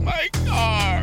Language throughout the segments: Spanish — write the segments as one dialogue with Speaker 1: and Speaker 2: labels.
Speaker 1: My car.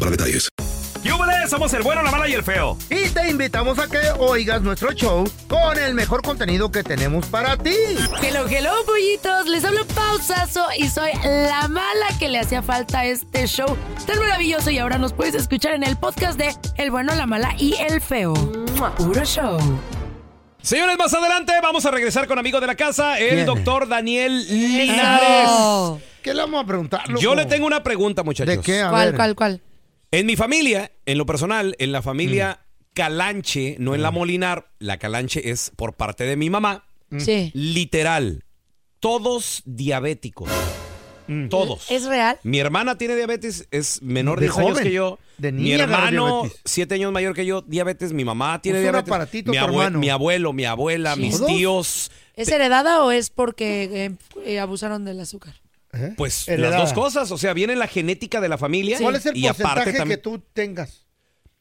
Speaker 2: para detalles.
Speaker 3: ¡Yúbele! Somos el bueno, la mala y el feo.
Speaker 4: Y te invitamos a que oigas nuestro show con el mejor contenido que tenemos para ti.
Speaker 5: Hello, hello, pollitos. Les hablo pausazo y soy la mala que le hacía falta a este show tan maravilloso. Y ahora nos puedes escuchar en el podcast de El bueno, la mala y el feo. ¡Mua! Puro show.
Speaker 3: Señores, más adelante vamos a regresar con amigo de la casa, el
Speaker 4: Viene.
Speaker 3: doctor Daniel
Speaker 4: Ah.
Speaker 3: Linares.
Speaker 5: Oh,
Speaker 4: ¿Qué le vamos a preguntar? loco?
Speaker 3: Yo le tengo una pregunta, muchachos.
Speaker 4: ¿De qué? A
Speaker 5: ¿Cuál,
Speaker 4: ver.
Speaker 5: cuál, cuál?
Speaker 3: En mi familia, en lo personal, en la familia Calanche, no
Speaker 4: Mm.
Speaker 3: en la Molinar, la Calanche es por parte de mi mamá,
Speaker 4: Mm.
Speaker 5: Sí.
Speaker 3: literal. Todos diabéticos. Todos.
Speaker 5: ¿Es real?
Speaker 3: Mi hermana tiene diabetes, es menor de
Speaker 4: Mm. De
Speaker 3: 10 años
Speaker 4: joven.
Speaker 3: que yo.
Speaker 4: De
Speaker 3: mi
Speaker 4: niña agarró
Speaker 3: hermano,
Speaker 4: diabetes.
Speaker 3: 7 años mayor que yo, diabetes. Mi mamá tiene
Speaker 4: Usa un
Speaker 3: diabetes.
Speaker 4: aparatito,
Speaker 3: mi,
Speaker 4: tu hermano.
Speaker 3: mi abuelo, mi abuela, mis
Speaker 4: ¿Todos?
Speaker 3: tíos.
Speaker 5: ¿Es heredada o es porque eh, eh, abusaron del azúcar?
Speaker 4: ¿Eh?
Speaker 3: Pues
Speaker 4: Heredada.
Speaker 3: las dos cosas. O sea, viene la genética de la familia.
Speaker 4: ¿Cuál es el
Speaker 3: y aparte
Speaker 4: porcentaje que
Speaker 3: también.
Speaker 4: tú tengas?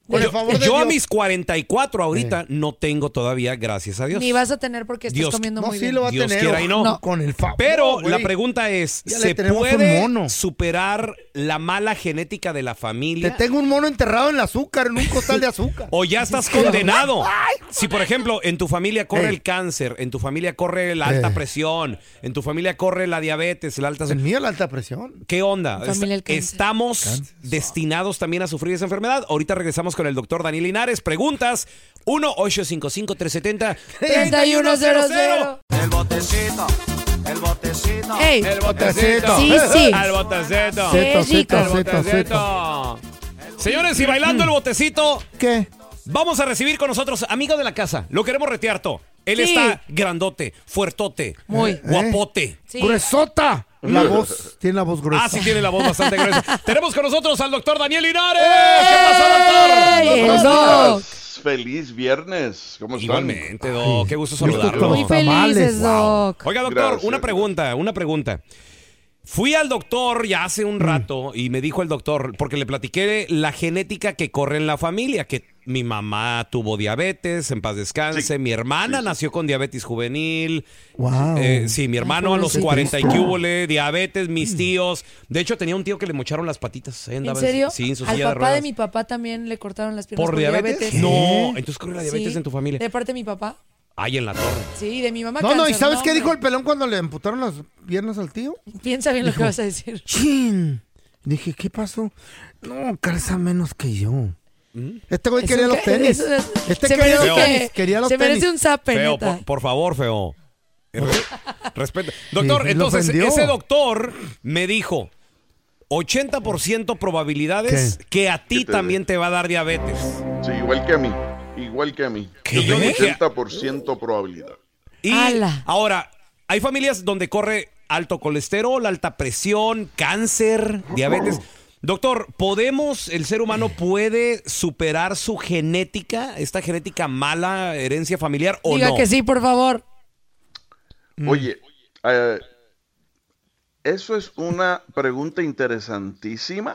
Speaker 4: Por el
Speaker 3: Yo,
Speaker 4: favor de
Speaker 3: yo a
Speaker 4: Dios. Eh.
Speaker 3: mis 44 ahorita no tengo todavía, gracias a Dios.
Speaker 5: Ni vas a tener porque estás
Speaker 3: Dios-
Speaker 5: comiendo
Speaker 4: No,
Speaker 5: muy
Speaker 4: sí
Speaker 5: bien.
Speaker 4: lo va a
Speaker 3: Dios
Speaker 4: tener.
Speaker 3: quiera y no.
Speaker 4: ojalá, Con el favor.
Speaker 3: Pero
Speaker 4: güey.
Speaker 3: la pregunta es,
Speaker 4: Ya le
Speaker 3: ¿se
Speaker 4: tenemos un
Speaker 3: puede
Speaker 4: mono.
Speaker 3: superar la mala genética de la
Speaker 4: Te
Speaker 3: familia?
Speaker 4: tengo un mono enterrado en el azúcar, en un costal de azúcar.
Speaker 3: ¿O ya estás condenado? Si, por ejemplo, en tu familia corre
Speaker 4: Ey.
Speaker 3: el cáncer, en tu familia corre la alta
Speaker 4: Eh.
Speaker 3: presión, en tu familia corre la diabetes, la alta...
Speaker 4: El mío la alta presión.
Speaker 3: ¿Qué onda?
Speaker 5: En familia el cáncer.
Speaker 3: ¿Estamos destinados también a sufrir esa enfermedad? Ahorita regresamos con el doctor Daniel Linares. Preguntas 1-855-370-3100.
Speaker 5: 3100.
Speaker 6: El botecito, el botecito.
Speaker 5: ¡Ey!
Speaker 4: botecito.
Speaker 5: Sí, sí.
Speaker 3: Al botecito.
Speaker 5: Qué rico.
Speaker 3: Al botecito. Señores, y bailando el botecito,
Speaker 4: ¿Qué?
Speaker 3: vamos a recibir con nosotros amigo de la casa. Lo queremos retear, to. Él
Speaker 5: Sí.
Speaker 3: está grandote, fuertote, eh,
Speaker 5: Muy.
Speaker 3: guapote.
Speaker 5: Sí.
Speaker 4: ¡Gruesota! La voz. Tiene la voz gruesa.
Speaker 3: Ah, sí tiene la voz bastante gruesa. Tenemos con nosotros al doctor Daniel Linares.
Speaker 5: ¡Eh!
Speaker 3: ¿Qué pasó, doctor?
Speaker 5: ¡Ey, el Doc!
Speaker 7: Feliz viernes. ¿Cómo están?
Speaker 3: Igualmente, Doc. Qué gusto
Speaker 4: gusto
Speaker 3: saludarlo.
Speaker 5: Muy
Speaker 4: Los tamales,
Speaker 5: felices,
Speaker 4: wow.
Speaker 5: Doc.
Speaker 3: Oiga, doctor,
Speaker 7: Gracias.
Speaker 3: una pregunta, una pregunta. Fui al doctor ya hace
Speaker 5: Mm.
Speaker 3: un rato y me dijo el doctor, porque le platiqué de la genética que corre en la familia, que mi mamá tuvo diabetes, en paz descanse,
Speaker 7: Sí.
Speaker 3: mi hermana nació con diabetes juvenil,
Speaker 4: Wow.
Speaker 3: eh, sí, mi hermano a los
Speaker 5: pobrecito. Mm.
Speaker 3: 40 y que hubo le, diabetes, mis tíos. De hecho, tenía un tío que le mocharon las patitas. ahí
Speaker 5: ¿En
Speaker 3: andaba
Speaker 5: serio?
Speaker 3: Sí, en su
Speaker 5: Al
Speaker 3: silla de
Speaker 5: papá de,
Speaker 3: ruedas.
Speaker 5: mi papá también le cortaron las piernas
Speaker 3: ¿Por diabetes? No, entonces corre la diabetes
Speaker 5: Sí.
Speaker 3: en tu familia.
Speaker 5: De parte de mi papá.
Speaker 3: Ay, en la torre.
Speaker 5: Sí, de mi mamá.
Speaker 4: No, no, ¿y
Speaker 5: cáncer,
Speaker 4: sabes qué
Speaker 5: hombre.
Speaker 4: dijo el pelón cuando le amputaron las piernas al tío?
Speaker 5: Piensa bien lo que vas a decir.
Speaker 4: ¡Chin! Dije, ¿qué pasó? No, calza menos que yo. Este güey
Speaker 5: Es
Speaker 4: quería
Speaker 5: un
Speaker 4: los
Speaker 5: ca-
Speaker 4: tenis.
Speaker 5: es- es-
Speaker 4: Este
Speaker 5: se
Speaker 4: quería
Speaker 5: merece
Speaker 4: los
Speaker 5: que-
Speaker 4: tenis. Quería los
Speaker 5: Se
Speaker 4: tenis.
Speaker 5: merece un zape,
Speaker 3: Feo,
Speaker 5: neta.
Speaker 3: por, por favor, feo. Eh, Re- Respeta. Doctor,
Speaker 4: lo
Speaker 3: entonces
Speaker 4: ofendió.
Speaker 3: ese doctor me dijo 80% probabilidades que a ti
Speaker 7: te dé?
Speaker 3: también te va a dar diabetes.
Speaker 7: Sí, igual que a mí. Igual que a mí.
Speaker 3: ¿Qué?
Speaker 7: Yo tengo 80% probabilidad.
Speaker 3: Y
Speaker 5: Ala.
Speaker 3: ahora, hay familias donde corre alto colesterol, alta presión, cáncer, diabetes. Doctor, ¿podemos, el ser humano puede superar su genética, esta genética mala, herencia familiar o
Speaker 5: Diga
Speaker 3: no?
Speaker 5: que sí, por favor.
Speaker 7: Oye, eh, eso es una pregunta interesantísima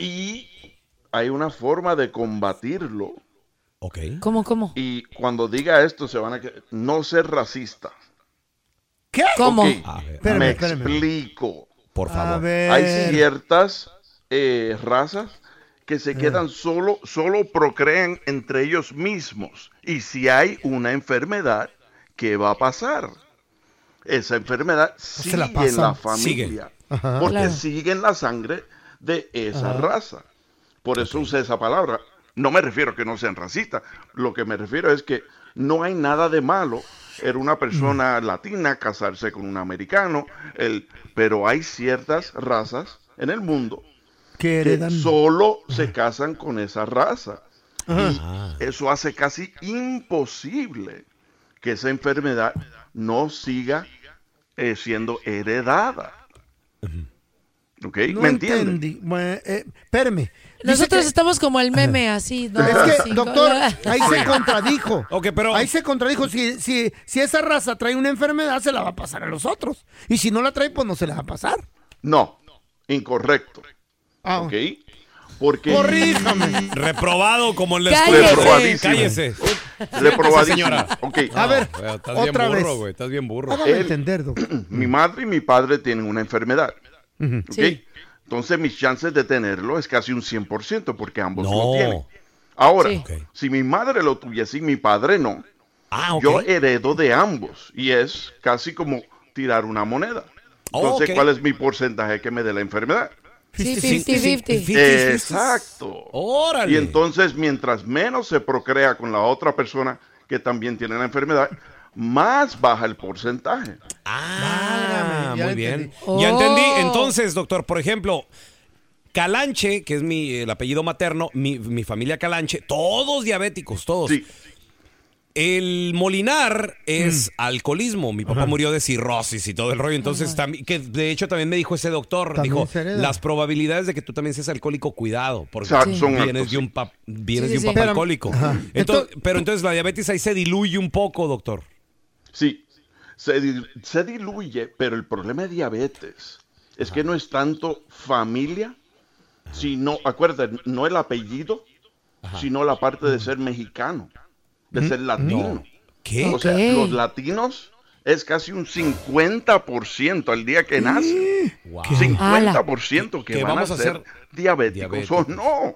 Speaker 7: y hay una forma de combatirlo.
Speaker 3: Ok.
Speaker 5: ¿Cómo, cómo?
Speaker 7: Y cuando diga esto se van a... que- No ser racista.
Speaker 5: ¿Cómo?
Speaker 7: Ok,
Speaker 3: A ver,
Speaker 4: Espérame,
Speaker 7: me
Speaker 4: espérame.
Speaker 7: explico.
Speaker 3: por favor.
Speaker 4: A ver.
Speaker 7: Hay ciertas eh, razas que se quedan solo, solo procrean entre ellos mismos. Y si hay una enfermedad, ¿qué va a pasar? Esa enfermedad sigue
Speaker 4: la
Speaker 7: en la
Speaker 4: pasan.
Speaker 7: familia.
Speaker 4: Sigue. Ajá.
Speaker 7: Porque
Speaker 4: Claro.
Speaker 7: sigue en la sangre de esa
Speaker 4: Ajá.
Speaker 7: raza. Por eso usé esa palabra. No me refiero a que no sean racistas. Lo que me refiero es que no hay nada de malo en
Speaker 4: Mm.
Speaker 7: una persona latina casarse con un americano. El, pero hay ciertas razas en el mundo
Speaker 4: que
Speaker 7: que
Speaker 4: heredan.
Speaker 7: solo se casan con esa raza.
Speaker 4: Ah.
Speaker 7: Eso hace casi imposible que esa enfermedad no siga eh, siendo heredada. ¿Ok?
Speaker 4: No
Speaker 7: ¿Me entienden?
Speaker 4: entendí. Bueno, eh, espérame.
Speaker 5: Nosotros
Speaker 4: Dice
Speaker 5: estamos como el meme, así. ¿no?
Speaker 4: que- es que,
Speaker 5: Así,
Speaker 4: doctor,
Speaker 5: con-
Speaker 4: ahí se contradijo.
Speaker 3: Ok, pero.
Speaker 4: Ahí se contradijo. Si, si, si esa raza trae una enfermedad, se la va a pasar a los otros. Y si no la trae, pues no se la va a pasar.
Speaker 7: No, incorrecto.
Speaker 4: Ah,
Speaker 7: ¿Ok? Porque
Speaker 4: Corríjame.
Speaker 3: Reprobado como en la
Speaker 5: Cállese.
Speaker 3: escuela.
Speaker 7: Reprobadísimo.
Speaker 3: Cállese.
Speaker 7: reprobadísimo.
Speaker 3: señora.
Speaker 7: Ok,
Speaker 4: A ver,
Speaker 3: Güey, estás bien
Speaker 4: otra
Speaker 3: burro,
Speaker 4: vez.
Speaker 3: güey. Estás bien burro.
Speaker 4: Hágame
Speaker 7: Él-
Speaker 4: entender, doctor.
Speaker 7: mi madre y mi padre tienen una enfermedad. ¿ok?
Speaker 5: Sí.
Speaker 7: Entonces mis chances de tenerlo es casi un 100% porque ambos lo tienen.
Speaker 3: No.
Speaker 7: Ahora,
Speaker 5: Sí.
Speaker 3: Ok.
Speaker 7: si mi madre lo tuviese y mi padre no,
Speaker 3: Ah, ok.
Speaker 7: yo heredo de ambos y es casi como tirar una moneda.
Speaker 3: Oh,
Speaker 7: Entonces,
Speaker 3: ok.
Speaker 7: ¿cuál es mi porcentaje que me dé la enfermedad?
Speaker 5: Sí,
Speaker 3: Y
Speaker 5: 50-50.
Speaker 3: fifty, fifty.
Speaker 7: Exacto.
Speaker 3: Órale.
Speaker 7: Y entonces, mientras menos se procrea con la otra persona que también tiene la enfermedad, más baja el porcentaje.
Speaker 3: Ah,
Speaker 4: Válgame, ya
Speaker 3: muy bien.
Speaker 4: entendí.
Speaker 3: Ya entendí.
Speaker 5: Oh.
Speaker 3: Entonces, doctor, por ejemplo, Calanche, que es mi, el apellido materno, mi, mi familia Calanche, todos diabéticos, todos.
Speaker 7: Sí,
Speaker 3: El Molinar
Speaker 4: Mm.
Speaker 3: es alcoholismo. Mi papá murió de cirrosis y todo el rollo. Entonces, también, que de hecho también me dijo ese doctor,
Speaker 4: También
Speaker 3: dijo,
Speaker 4: se hereda.
Speaker 3: las probabilidades de que tú también seas alcohólico, cuidado, porque
Speaker 7: Sa- son
Speaker 3: vienes
Speaker 7: altos,
Speaker 3: de un, pap- vienes
Speaker 5: Sí,
Speaker 3: de
Speaker 5: sí, sí.
Speaker 3: un papá
Speaker 4: Pero-
Speaker 3: alcohólico.
Speaker 4: Ajá.
Speaker 3: Entonces,
Speaker 4: Entonces-
Speaker 3: pero entonces la diabetes ahí se diluye un poco, doctor.
Speaker 7: sí. Se, di- se diluye, pero el problema de diabetes es que no es tanto familia, sino, acuérdate, no el apellido, sino la parte de ser mexicano, de ser latino.
Speaker 3: ¿Qué?
Speaker 7: O sea,
Speaker 5: Ok.
Speaker 7: los latinos es casi un 50% al día que nacen.
Speaker 3: Wow.
Speaker 7: 50% que
Speaker 3: ¿Qué
Speaker 7: van
Speaker 3: vamos
Speaker 7: a
Speaker 3: a
Speaker 7: ser
Speaker 3: hacer?
Speaker 7: diabéticos,
Speaker 3: Diabéticos.
Speaker 7: o no.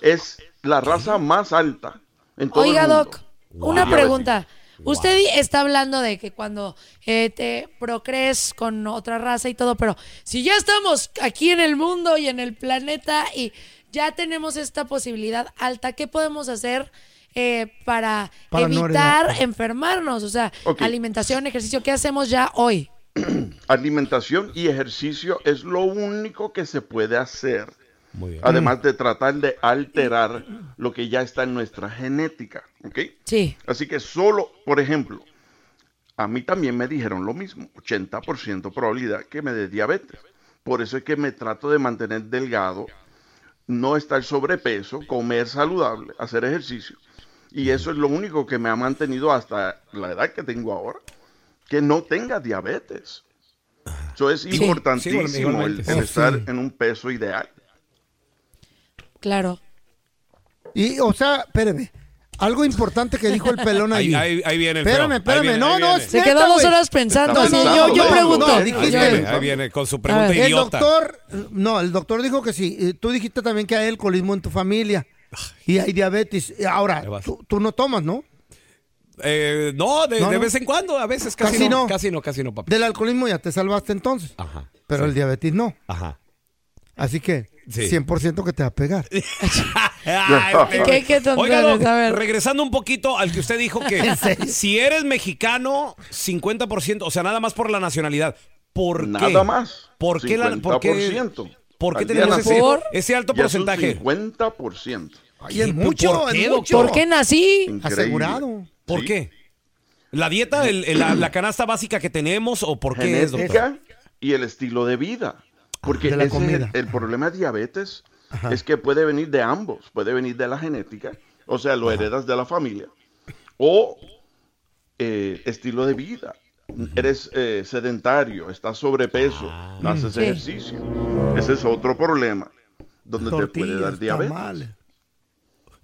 Speaker 7: Es la raza más alta en todo el
Speaker 5: Oiga,
Speaker 7: mundo.
Speaker 5: Doc, una
Speaker 7: Diabético.
Speaker 5: pregunta. Usted está hablando de que cuando eh, te procrees con otra raza y todo, pero si ya estamos aquí en el mundo y en el planeta y ya tenemos esta posibilidad alta, ¿qué podemos hacer eh, para,
Speaker 4: Para no
Speaker 5: evitar
Speaker 4: heredar.
Speaker 5: enfermarnos? O sea,
Speaker 7: Ok.
Speaker 5: alimentación, ejercicio, ¿qué hacemos ya hoy?
Speaker 7: Alimentación y ejercicio es lo único que se puede hacer,
Speaker 3: Muy bien.
Speaker 7: además de tratar de alterar lo que ya está en nuestra genética. ¿ok?
Speaker 5: Sí.
Speaker 7: Así que solo, por ejemplo, a mí también me dijeron lo mismo, 80% probabilidad que me dé diabetes. Por eso es que me trato de mantener delgado, no estar sobrepeso, comer saludable, hacer ejercicio. Y eso es lo único que me ha mantenido hasta la edad que tengo ahora, que no tenga diabetes. Eso es
Speaker 3: igual-
Speaker 7: importantísimo el,
Speaker 3: igualmente.
Speaker 7: el
Speaker 4: Oh,
Speaker 7: estar
Speaker 4: sí.
Speaker 7: en un peso ideal.
Speaker 5: Claro.
Speaker 4: Y, o sea, espérame. Algo importante que dijo el pelón ahí.
Speaker 3: Ahí, ahí- ahí viene el
Speaker 4: Espérame,
Speaker 3: feo. Ahí
Speaker 4: espérame.
Speaker 3: viene,
Speaker 4: No,
Speaker 3: ahí
Speaker 4: no,
Speaker 3: viene.
Speaker 4: es
Speaker 5: Se
Speaker 4: neta,
Speaker 5: quedó dos
Speaker 4: güey.
Speaker 5: horas pensando.
Speaker 7: Está
Speaker 5: sí, yo,
Speaker 7: pensando,
Speaker 5: yo
Speaker 7: ¿no?
Speaker 5: pregunto.
Speaker 4: No, eh.
Speaker 3: Ahí
Speaker 4: dijiste.
Speaker 3: viene, ahí viene, con su pregunta
Speaker 5: ver.
Speaker 4: El
Speaker 3: idiota.
Speaker 4: doctor, no, el doctor dijo que sí. Eh, Tú dijiste también que hay alcoholismo en tu familia y hay diabetes. Ahora,
Speaker 3: Ahí vas.
Speaker 4: tú, tú no tomas, ¿no?
Speaker 3: Eh, no, de,
Speaker 4: No,
Speaker 3: de
Speaker 4: no.
Speaker 3: vez en cuando, a veces casi,
Speaker 4: Casi
Speaker 3: no,
Speaker 4: no.
Speaker 3: Casi no, casi no, papá.
Speaker 4: Del alcoholismo ya te salvaste entonces.
Speaker 3: Ajá.
Speaker 4: Pero el diabetes no.
Speaker 3: Ajá.
Speaker 4: Así que
Speaker 3: Sí.
Speaker 4: 100% que te va a pegar.
Speaker 3: Ay,
Speaker 5: ¿Qué- qué tonterías?
Speaker 3: Oiga, Doc,
Speaker 5: A ver.
Speaker 3: regresando un poquito al que usted dijo que
Speaker 4: ¿En serio?
Speaker 3: si eres mexicano, 50%, o sea, nada más por la nacionalidad. ¿Por qué?
Speaker 7: Nada más.
Speaker 3: ¿Por qué, la, por qué,
Speaker 7: 50%.
Speaker 3: por qué
Speaker 7: Al día
Speaker 3: tenemos ese,
Speaker 7: nacido,
Speaker 5: Por-
Speaker 3: ese alto
Speaker 7: ya es un
Speaker 3: porcentaje?
Speaker 7: 50%.
Speaker 4: Ay, es
Speaker 3: ¿Y
Speaker 4: mucho,
Speaker 3: por qué,
Speaker 4: es mucho.
Speaker 3: doctor?
Speaker 5: ¿Por qué nací?
Speaker 7: Increíble.
Speaker 4: Asegurado.
Speaker 3: ¿Por
Speaker 7: Sí.
Speaker 3: qué? ¿La dieta, el- el- la, la canasta básica que tenemos o por qué es, doctor? Ah,
Speaker 7: genética y el estilo de vida. Porque
Speaker 4: de la
Speaker 7: ese es el,
Speaker 4: comida.
Speaker 7: el problema de diabetes es que puede venir de ambos, puede venir de la genética, o sea, lo heredas de la familia, o eh, estilo de vida. Eres eh, sedentario, estás sobrepeso,
Speaker 3: Ah. Mm,
Speaker 7: no haces
Speaker 5: Sí.
Speaker 7: ejercicio. Ese es otro problema donde te puede dar
Speaker 4: Tortillas,
Speaker 7: diabetes.
Speaker 4: tamales.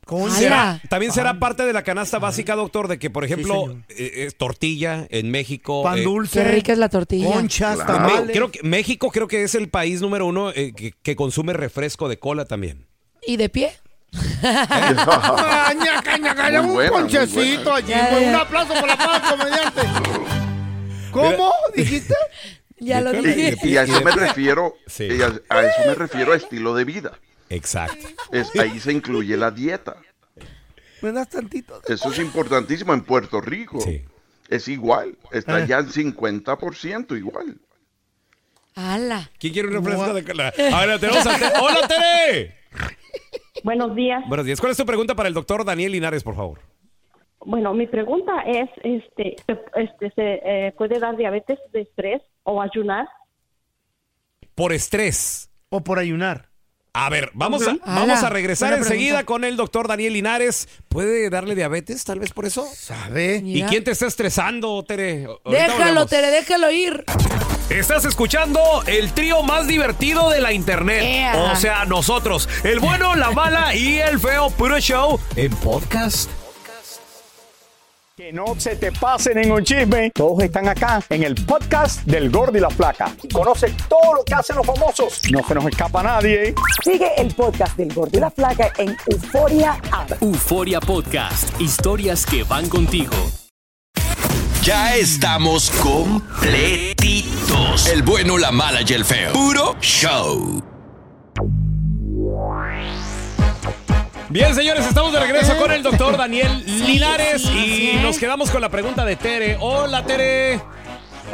Speaker 5: Ala.
Speaker 3: Será- también será parte de la canasta básica, doctor, de que, por ejemplo, eh, eh, tortilla en México.
Speaker 4: Pan
Speaker 3: eh,
Speaker 4: dulce.
Speaker 5: Qué rica es la tortilla.
Speaker 4: Conchas,
Speaker 3: Me-
Speaker 4: tamales.
Speaker 3: creo que México creo que es el país número uno eh, que, que consume refresco de cola también.
Speaker 5: ¿Y de pie?
Speaker 4: Ah, ñaca, ñaca, ya,
Speaker 7: Muy
Speaker 4: un
Speaker 7: buena, muy
Speaker 4: ponchecito
Speaker 7: buena.
Speaker 4: allí,
Speaker 5: Ya,
Speaker 4: güey.
Speaker 5: ya.
Speaker 4: Un aplauso para Paz, comediante. ¿Cómo? ¿Dijiste?
Speaker 5: Ya lo
Speaker 3: creo
Speaker 5: dije.
Speaker 3: que-
Speaker 7: Y a eso me refiero,
Speaker 3: Sí.
Speaker 7: y a, a eso me refiero a estilo de vida.
Speaker 3: Exacto.
Speaker 7: Es- ahí se incluye la dieta.
Speaker 4: ¿Me das tantito?
Speaker 7: Eso es importantísimo en Puerto Rico.
Speaker 3: Sí.
Speaker 7: Es igual, está ya en 50% igual.
Speaker 5: ¡Hala!
Speaker 3: ¿Quién quiere un refresco de cola? A ver, tenemos a Te- ¡Hola, Tere!
Speaker 8: Buenos días.
Speaker 3: Buenos días. ¿Cuál es tu pregunta para el doctor Daniel Linares, por favor?
Speaker 8: Bueno, mi pregunta es, este, ¿se- este, ¿se eh, puede dar diabetes de estrés o ayunar?
Speaker 3: Por estrés.
Speaker 4: O por ayunar.
Speaker 3: A ver, vamos,
Speaker 8: Ujú.
Speaker 3: a, vamos
Speaker 5: Ala,
Speaker 3: a regresar
Speaker 5: buena
Speaker 3: enseguida
Speaker 5: pregunta.
Speaker 3: con el doctor Daniel Linares. ¿Puede darle diabetes tal vez por eso?
Speaker 4: ¿Sabe?
Speaker 3: ¿Y
Speaker 5: Mira.
Speaker 3: quién te está estresando, Tere? Ahorita
Speaker 5: Déjalo,
Speaker 3: hablamos.
Speaker 5: Tere, déjalo ir.
Speaker 3: Estás escuchando el trío más divertido de la internet.
Speaker 5: Ea.
Speaker 3: O sea, nosotros, el bueno, la mala y el feo puro show en podcast.
Speaker 9: Que no se te pasen en un chisme. Todos están acá en el podcast del Gordi y la Flaca. Y Conoce todo lo que hacen los famosos. No se nos escapa nadie.
Speaker 8: Sigue el podcast del Gordo y la Flaca en Euforia
Speaker 10: Euforia Podcast, historias que van contigo.
Speaker 11: Ya estamos completitos. El bueno, la mala y el feo. Puro show.
Speaker 3: Bien, señores, estamos de regreso con el doctor Daniel Linares
Speaker 5: sí, así
Speaker 3: y
Speaker 5: es.
Speaker 3: nos quedamos con la pregunta de Tere. Hola, Tere.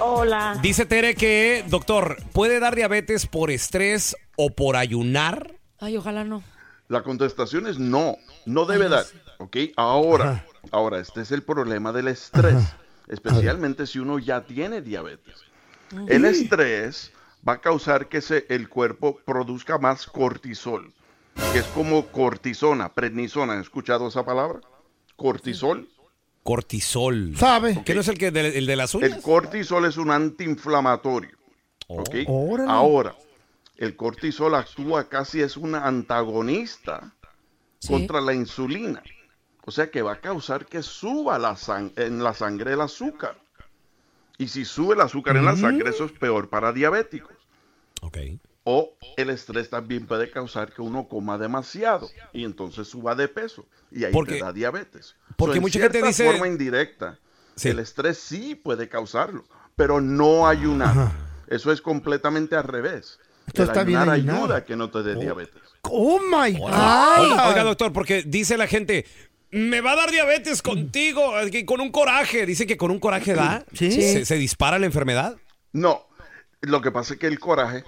Speaker 8: Hola.
Speaker 3: Dice Tere que, doctor, ¿puede dar diabetes por estrés o por ayunar?
Speaker 5: Ay, ojalá no.
Speaker 7: La contestación es no, no debe dar. ¿Ok? Ahora, ahora, este es el problema del estrés, especialmente si uno ya tiene diabetes. El estrés va a causar que se- el cuerpo produzca más cortisol, que es como cortisona, prednisona. ¿Han escuchado esa palabra? Cortisol.
Speaker 3: Cortisol.
Speaker 4: ¿Sabe?
Speaker 3: ¿Qué no es el, que del- el de las uñas?
Speaker 7: El cortisol es un antiinflamatorio. ¿ok?
Speaker 4: Órale.
Speaker 7: Oh. Ahora, el cortisol actúa casi es un antagonista
Speaker 5: Sí.
Speaker 7: contra la insulina. O sea que va a causar que suba la sang- en la sangre el azúcar. Y si sube el azúcar en la
Speaker 3: Mm.
Speaker 7: sangre, eso es peor para diabéticos.
Speaker 3: Oh, Ok.
Speaker 7: O el estrés también puede causar que uno coma demasiado y entonces suba de peso y ahí
Speaker 3: Porque-
Speaker 7: te da diabetes.
Speaker 3: porque
Speaker 7: en
Speaker 3: mucha gente
Speaker 7: cierta
Speaker 3: dice-
Speaker 7: forma indirecta,
Speaker 3: Sí.
Speaker 7: el estrés sí puede causarlo, pero no ayunar. Eso es completamente al revés.
Speaker 4: Esto
Speaker 7: el
Speaker 4: está bien
Speaker 7: ayunar
Speaker 4: ayunar.
Speaker 7: ayuda a que no te dé diabetes.
Speaker 4: ¡Oh, my God!
Speaker 3: Oiga, oiga, doctor, porque dice la gente, me va a dar diabetes contigo, eh, que con un coraje. Dice que con un coraje da.
Speaker 4: Sí.
Speaker 3: Se, se dispara la enfermedad.
Speaker 7: No, lo que pasa es que el coraje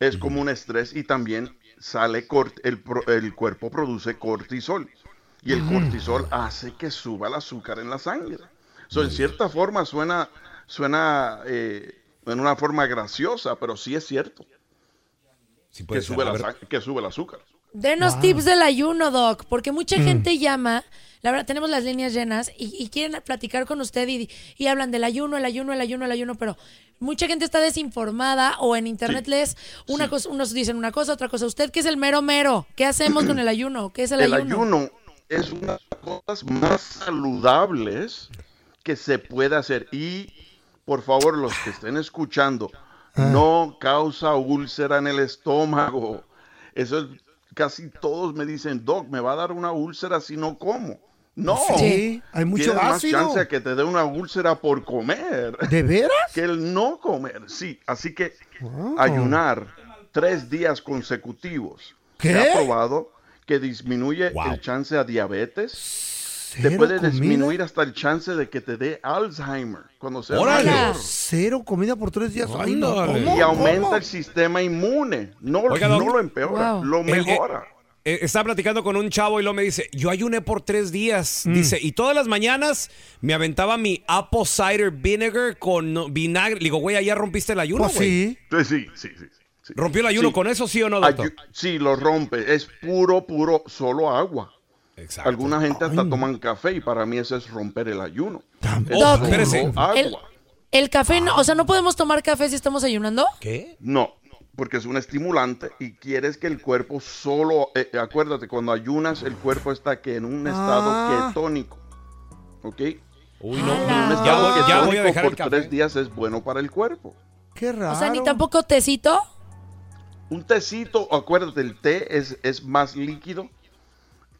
Speaker 7: es como un estrés y también sale cort- el, pro- el cuerpo produce cortisol y
Speaker 3: Mm.
Speaker 7: el cortisol hace que suba el azúcar en la sangre. So, en cierta forma suena suena eh, en una forma graciosa, pero sí es cierto
Speaker 3: Sí
Speaker 7: que
Speaker 3: puede ser.
Speaker 7: sube,
Speaker 3: A
Speaker 7: la
Speaker 3: ver,
Speaker 7: sa- que sube el azúcar.
Speaker 5: Denos
Speaker 7: Ah.
Speaker 5: tips del ayuno, Doc, porque
Speaker 7: Mm.
Speaker 5: mucha gente llama, la verdad, tenemos las líneas llenas y, y quieren platicar con usted y, y hablan del ayuno, el ayuno, el ayuno, el ayuno, pero mucha gente está desinformada o en internet
Speaker 7: Sí.
Speaker 5: lees una
Speaker 7: Sí.
Speaker 5: cosa, unos dicen una cosa, otra cosa. Usted que es el mero mero, ¿qué hacemos con el ayuno? ¿Qué es el,
Speaker 7: El ayuno es una de las cosas más saludables que se puede hacer. Y por favor, los que estén escuchando,
Speaker 4: Ah.
Speaker 7: no causa úlcera en el estómago. Eso es, casi todos me dicen, Doc, me va a dar una úlcera si no como. No,
Speaker 4: Sí, hay mucho
Speaker 7: tienes más
Speaker 4: ácido.
Speaker 7: chance a que te dé una úlcera por comer
Speaker 4: ¿De veras?
Speaker 7: que el no comer. Sí, así que ayunar tres días consecutivos
Speaker 4: ¿Qué?
Speaker 7: se ha probado que disminuye
Speaker 3: Wow.
Speaker 7: el chance a diabetes. Te
Speaker 4: ¿Cero
Speaker 7: puede
Speaker 4: comida?
Speaker 7: disminuir hasta el chance de que te dé Alzheimer cuando seas
Speaker 3: ¡Órale!
Speaker 7: mayor.
Speaker 4: Cero comida por tres días. Ay, no,
Speaker 3: Ándale.
Speaker 4: ¿cómo?
Speaker 7: Y aumenta
Speaker 4: ¿Cómo?
Speaker 7: el sistema inmune. No,
Speaker 3: Oiga, eh,
Speaker 7: no
Speaker 3: doc-
Speaker 7: lo empeora,
Speaker 5: Wow.
Speaker 7: lo
Speaker 3: El- el-
Speaker 7: mejora.
Speaker 3: eh, estaba platicando con un chavo y luego me dice, yo ayuné por tres días.
Speaker 4: Mm.
Speaker 3: Dice, y todas las mañanas me aventaba mi apple cider vinegar con no, vinagre. Le digo, güey, allá rompiste el ayuno,
Speaker 4: Pues
Speaker 3: güey.
Speaker 4: sí.
Speaker 7: Entonces, sí, sí, sí, sí.
Speaker 3: ¿Rompió el ayuno
Speaker 7: Sí.
Speaker 3: con eso, sí o no, doctor?
Speaker 7: Ayu- sí, lo rompe. Es puro, puro, solo agua.
Speaker 3: Exacto.
Speaker 7: Alguna gente hasta toman café y para mí eso es romper el ayuno. Es
Speaker 5: Doc,
Speaker 7: solo
Speaker 3: espérese.
Speaker 7: agua.
Speaker 5: El, el café, no- o sea, no podemos tomar café si estamos ayunando.
Speaker 3: ¿Qué?
Speaker 7: No, porque es un estimulante y quieres que el cuerpo solo, eh, eh, acuérdate, cuando ayunas el cuerpo está que en un estado
Speaker 12: Ah.
Speaker 7: ketónico, ¿ok?
Speaker 5: Ah,
Speaker 3: Uy,
Speaker 7: no,
Speaker 3: Ya voy- ya voy a dejar el
Speaker 7: por tres días es bueno para el cuerpo.
Speaker 4: Qué raro.
Speaker 5: O sea, ni tampoco tecito.
Speaker 7: Un tecito, acuérdate, el té es, es más líquido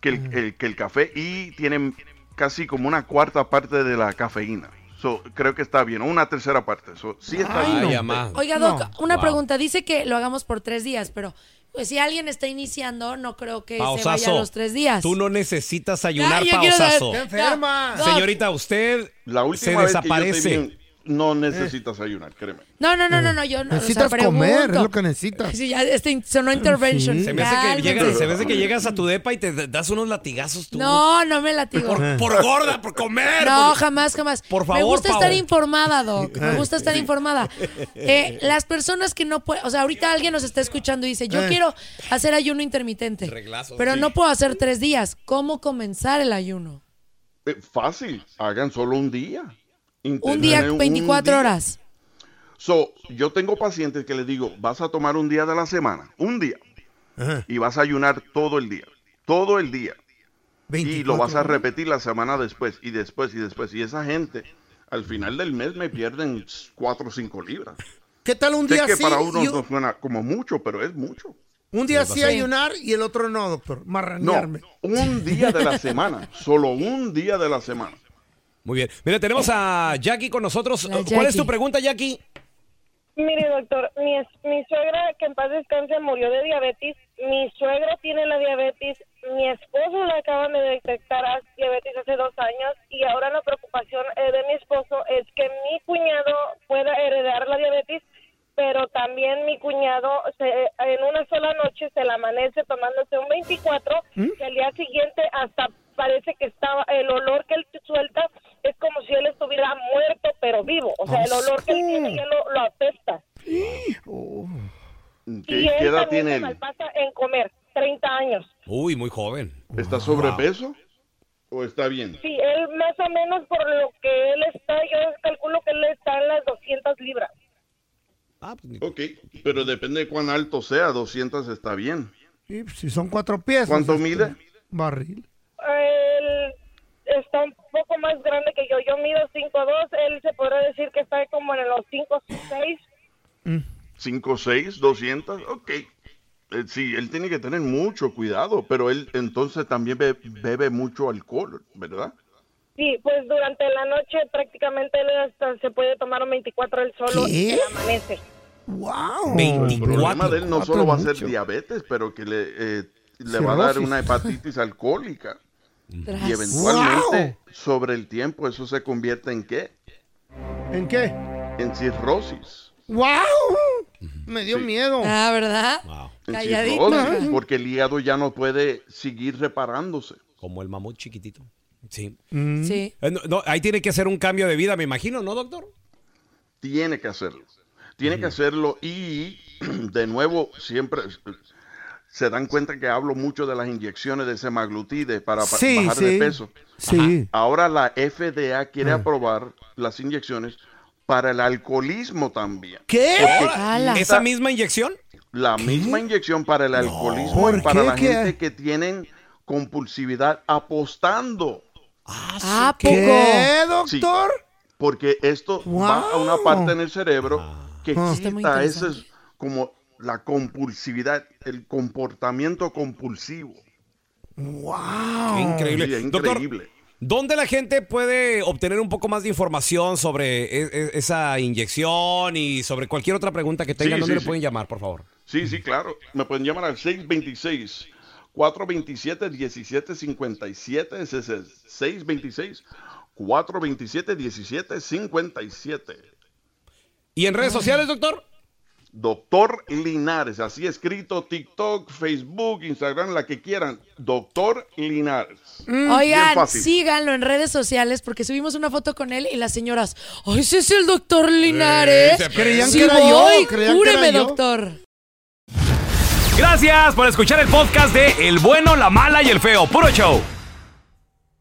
Speaker 7: que
Speaker 3: Mm.
Speaker 7: el, el- que el café y tiene casi como una cuarta parte de la cafeína. So, creo que está bien, o una tercera parte. So, sí está
Speaker 3: Ay,
Speaker 7: bien.
Speaker 3: no. Ama.
Speaker 5: Oiga, Doc,
Speaker 7: No.
Speaker 5: una
Speaker 7: Wow.
Speaker 5: pregunta. Dice que lo hagamos por tres días, pero pues si alguien está iniciando, no creo que se vaya a
Speaker 3: Pausazo.
Speaker 5: los tres días.
Speaker 3: Tú no necesitas ayunar,
Speaker 5: yo quiero saber-
Speaker 3: pausazo.
Speaker 5: ¡Qué enferma! Doc.
Speaker 3: Señorita, usted
Speaker 7: La
Speaker 3: se
Speaker 7: última vez que yo te
Speaker 3: desaparece. Eh.
Speaker 7: vi, no necesitas ayunar, créeme.
Speaker 5: No, no, no, no, no, yo no. o sea,
Speaker 4: Necesitas comer, es
Speaker 5: pregunto.
Speaker 4: lo que necesitas.
Speaker 5: Sí, ya este in- sonó intervention.
Speaker 3: Se me, hace que
Speaker 5: Cálmense.
Speaker 3: llegas, se me hace que llegas a tu depa y te d- das unos latigazos tú.
Speaker 5: No, no me latigo.
Speaker 3: Por, por gorda, por comer.
Speaker 5: No,
Speaker 3: por-
Speaker 5: jamás, jamás.
Speaker 3: Por
Speaker 5: Me
Speaker 3: favor,
Speaker 5: gusta
Speaker 3: Pau.
Speaker 5: estar informada, Doc. Me gusta estar
Speaker 3: Sí.
Speaker 5: informada. Eh, las personas que no pueden, o sea, ahorita alguien nos está escuchando y dice, yo
Speaker 3: Eh.
Speaker 5: quiero hacer ayuno intermitente,
Speaker 7: Reglazo,
Speaker 5: pero
Speaker 7: sí.
Speaker 5: no puedo hacer tres días. ¿Cómo comenzar el ayuno?
Speaker 7: Eh, fácil, hagan solo un día.
Speaker 5: Un
Speaker 7: Intenten
Speaker 5: día,
Speaker 7: en
Speaker 5: 24
Speaker 7: día.
Speaker 5: horas.
Speaker 7: So, yo tengo pacientes que les digo, vas a tomar un día de la semana, un día, y vas a ayunar todo el día, todo el día. Y lo vas a repetir la semana después, y después, y después. Y esa gente, al final del mes, me pierden 4 o 5 libras.
Speaker 4: ¿Qué tal un
Speaker 7: Sé
Speaker 4: día
Speaker 7: que
Speaker 4: sí
Speaker 7: para
Speaker 4: y
Speaker 7: unos
Speaker 4: un-
Speaker 7: no suena como mucho, pero es mucho.
Speaker 4: Un día
Speaker 7: Sí,
Speaker 4: sí
Speaker 7: pasa.
Speaker 4: ayunar y el otro no, doctor.
Speaker 7: No,
Speaker 4: Marranearme.
Speaker 7: un día de la semana, solo un día de la semana.
Speaker 3: Muy bien. Mira, tenemos a Jackie con nosotros. ¿Cuál es
Speaker 7: Jackie.
Speaker 3: tu pregunta, Jackie?
Speaker 13: Mire, doctor, mi, es- mi suegra, que en paz descanse, murió de diabetes. Mi suegra tiene la diabetes. Mi esposo la acaban de detectar a- diabetes hace dos años. Y ahora la preocupación eh, de mi esposo es que mi cuñado pueda heredar la diabetes, pero también mi cuñado se, en una sola noche se la amanece tomándose un 24
Speaker 14: ¿Mm?
Speaker 13: y al día siguiente hasta parece que estaba el olor que él suelta es como si él estuviera muerto pero vivo o sea el olor que él tiene ya lo, lo apesta y
Speaker 7: ¿Qué,
Speaker 13: él
Speaker 7: qué edad
Speaker 13: también
Speaker 7: tiene
Speaker 13: se
Speaker 7: él?
Speaker 13: malpasa en comer 30 años
Speaker 3: Uy, muy joven.
Speaker 7: ¿Está sobrepeso o está bien?
Speaker 13: sí él más o menos por lo que él está yo calculo que él está en las 200 libras
Speaker 3: Ah, pues,
Speaker 7: Ok, pero depende de cuán alto sea, 200 está bien.
Speaker 4: Y pues, si son cuatro pies.
Speaker 7: ¿Cuánto
Speaker 4: este,
Speaker 7: mide?
Speaker 4: Barril.
Speaker 13: él está un poco más grande que yo yo mido 5'2 él se podrá decir que está como en los 5'6
Speaker 7: 5, 6, 200, ok. Eh, Sí, él tiene que tener mucho cuidado, pero él entonces también be- bebe mucho alcohol, ¿verdad?
Speaker 13: Sí, pues durante la noche prácticamente él hasta se puede tomar un 24 él solo y se le amanece.
Speaker 4: ¡Wow!
Speaker 7: El problema de él no solo va a ser diabetes, pero que le, eh, le va a dar
Speaker 4: Cirrosis.
Speaker 7: una hepatitis alcohólica.
Speaker 4: Tras.
Speaker 7: Y eventualmente, sobre el tiempo, eso se convierte en qué?
Speaker 4: ¿En qué?
Speaker 7: En cirrosis.
Speaker 4: ¡Wow! Me dio miedo.
Speaker 5: Ah, ¿verdad?
Speaker 7: En
Speaker 5: Calladito.
Speaker 7: cirrosis, porque el hígado ya no puede seguir reparándose.
Speaker 3: Como el mamut chiquitito. Sí.
Speaker 5: Sí.
Speaker 3: Eh, no, no, ahí tiene que hacer un cambio de vida, me imagino, ¿no, doctor?
Speaker 7: Tiene que hacerlo. Tiene que hacerlo y de nuevo siempre se dan cuenta que hablo mucho de las inyecciones de semaglutide para pa-
Speaker 4: Sí,
Speaker 7: bajar
Speaker 4: sí.
Speaker 7: de peso.
Speaker 4: Sí.
Speaker 7: Ahora la FDA quiere
Speaker 4: Ah.
Speaker 7: aprobar las inyecciones para el alcoholismo también.
Speaker 4: ¿Qué?
Speaker 7: Porque
Speaker 4: Ala.
Speaker 7: quita
Speaker 3: ¿Esa misma inyección?
Speaker 7: La misma inyección para el alcoholismo y
Speaker 3: ¿Por
Speaker 7: para
Speaker 3: qué?
Speaker 7: la
Speaker 3: ¿Qué?
Speaker 7: gente que tienen compulsividad apostando.
Speaker 5: ¿A
Speaker 7: ¿Qué?
Speaker 5: poco?
Speaker 7: Sí, porque esto va a una parte en el cerebro que
Speaker 4: Ah. Está muy
Speaker 7: quita ese como la compulsividad, el comportamiento compulsivo.
Speaker 4: ¡Wow!
Speaker 3: Qué increíble.
Speaker 7: Sí, es
Speaker 3: Doctor,
Speaker 7: increíble.
Speaker 3: ¿Dónde la gente puede obtener un poco más de información sobre e- e- esa inyección y sobre cualquier otra pregunta que tengan?
Speaker 7: Sí,
Speaker 3: ¿Dónde
Speaker 7: sí,
Speaker 3: le
Speaker 7: sí.
Speaker 3: pueden llamar, por favor?
Speaker 7: Sí, sí, claro. Me pueden llamar al 626 427 1757, ese es el 626 427 1757.
Speaker 3: ¿Y en redes sociales, doctor?
Speaker 7: Doctor Linares, así escrito, TikTok, Facebook, Instagram, la que quieran. Doctor Linares.
Speaker 4: Mm.
Speaker 7: Bien
Speaker 5: Mm. Oigan,
Speaker 7: fácil.
Speaker 5: síganlo en redes sociales porque subimos una foto con él y las señoras, ¡ay, ese es el doctor Linares!
Speaker 4: Sí, Eh, se Creían
Speaker 5: Sí
Speaker 4: que era yo,
Speaker 5: voy,
Speaker 4: creían que
Speaker 5: cúreme,
Speaker 4: era yo.
Speaker 5: doctor.
Speaker 15: Gracias por escuchar el podcast de El bueno, la mala y el feo. Puro show.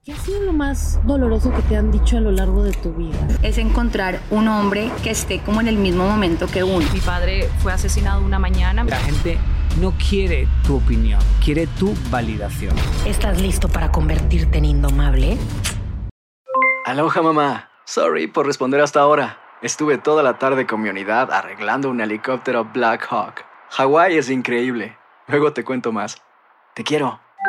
Speaker 12: ¿Qué ha sido lo más doloroso que te han dicho a lo largo de tu vida?
Speaker 14: Es encontrar un hombre que esté como en el mismo momento que uno.
Speaker 15: Mi padre fue asesinado una mañana.
Speaker 16: La gente no quiere tu opinión, quiere tu validación.
Speaker 17: ¿Estás listo para convertirte en indomable?
Speaker 18: Aloha mamá. Sorry por responder hasta ahora. Estuve toda la tarde con mi unidad arreglando un helicóptero Black Hawk. Hawái es increíble. Luego te cuento más. Te quiero.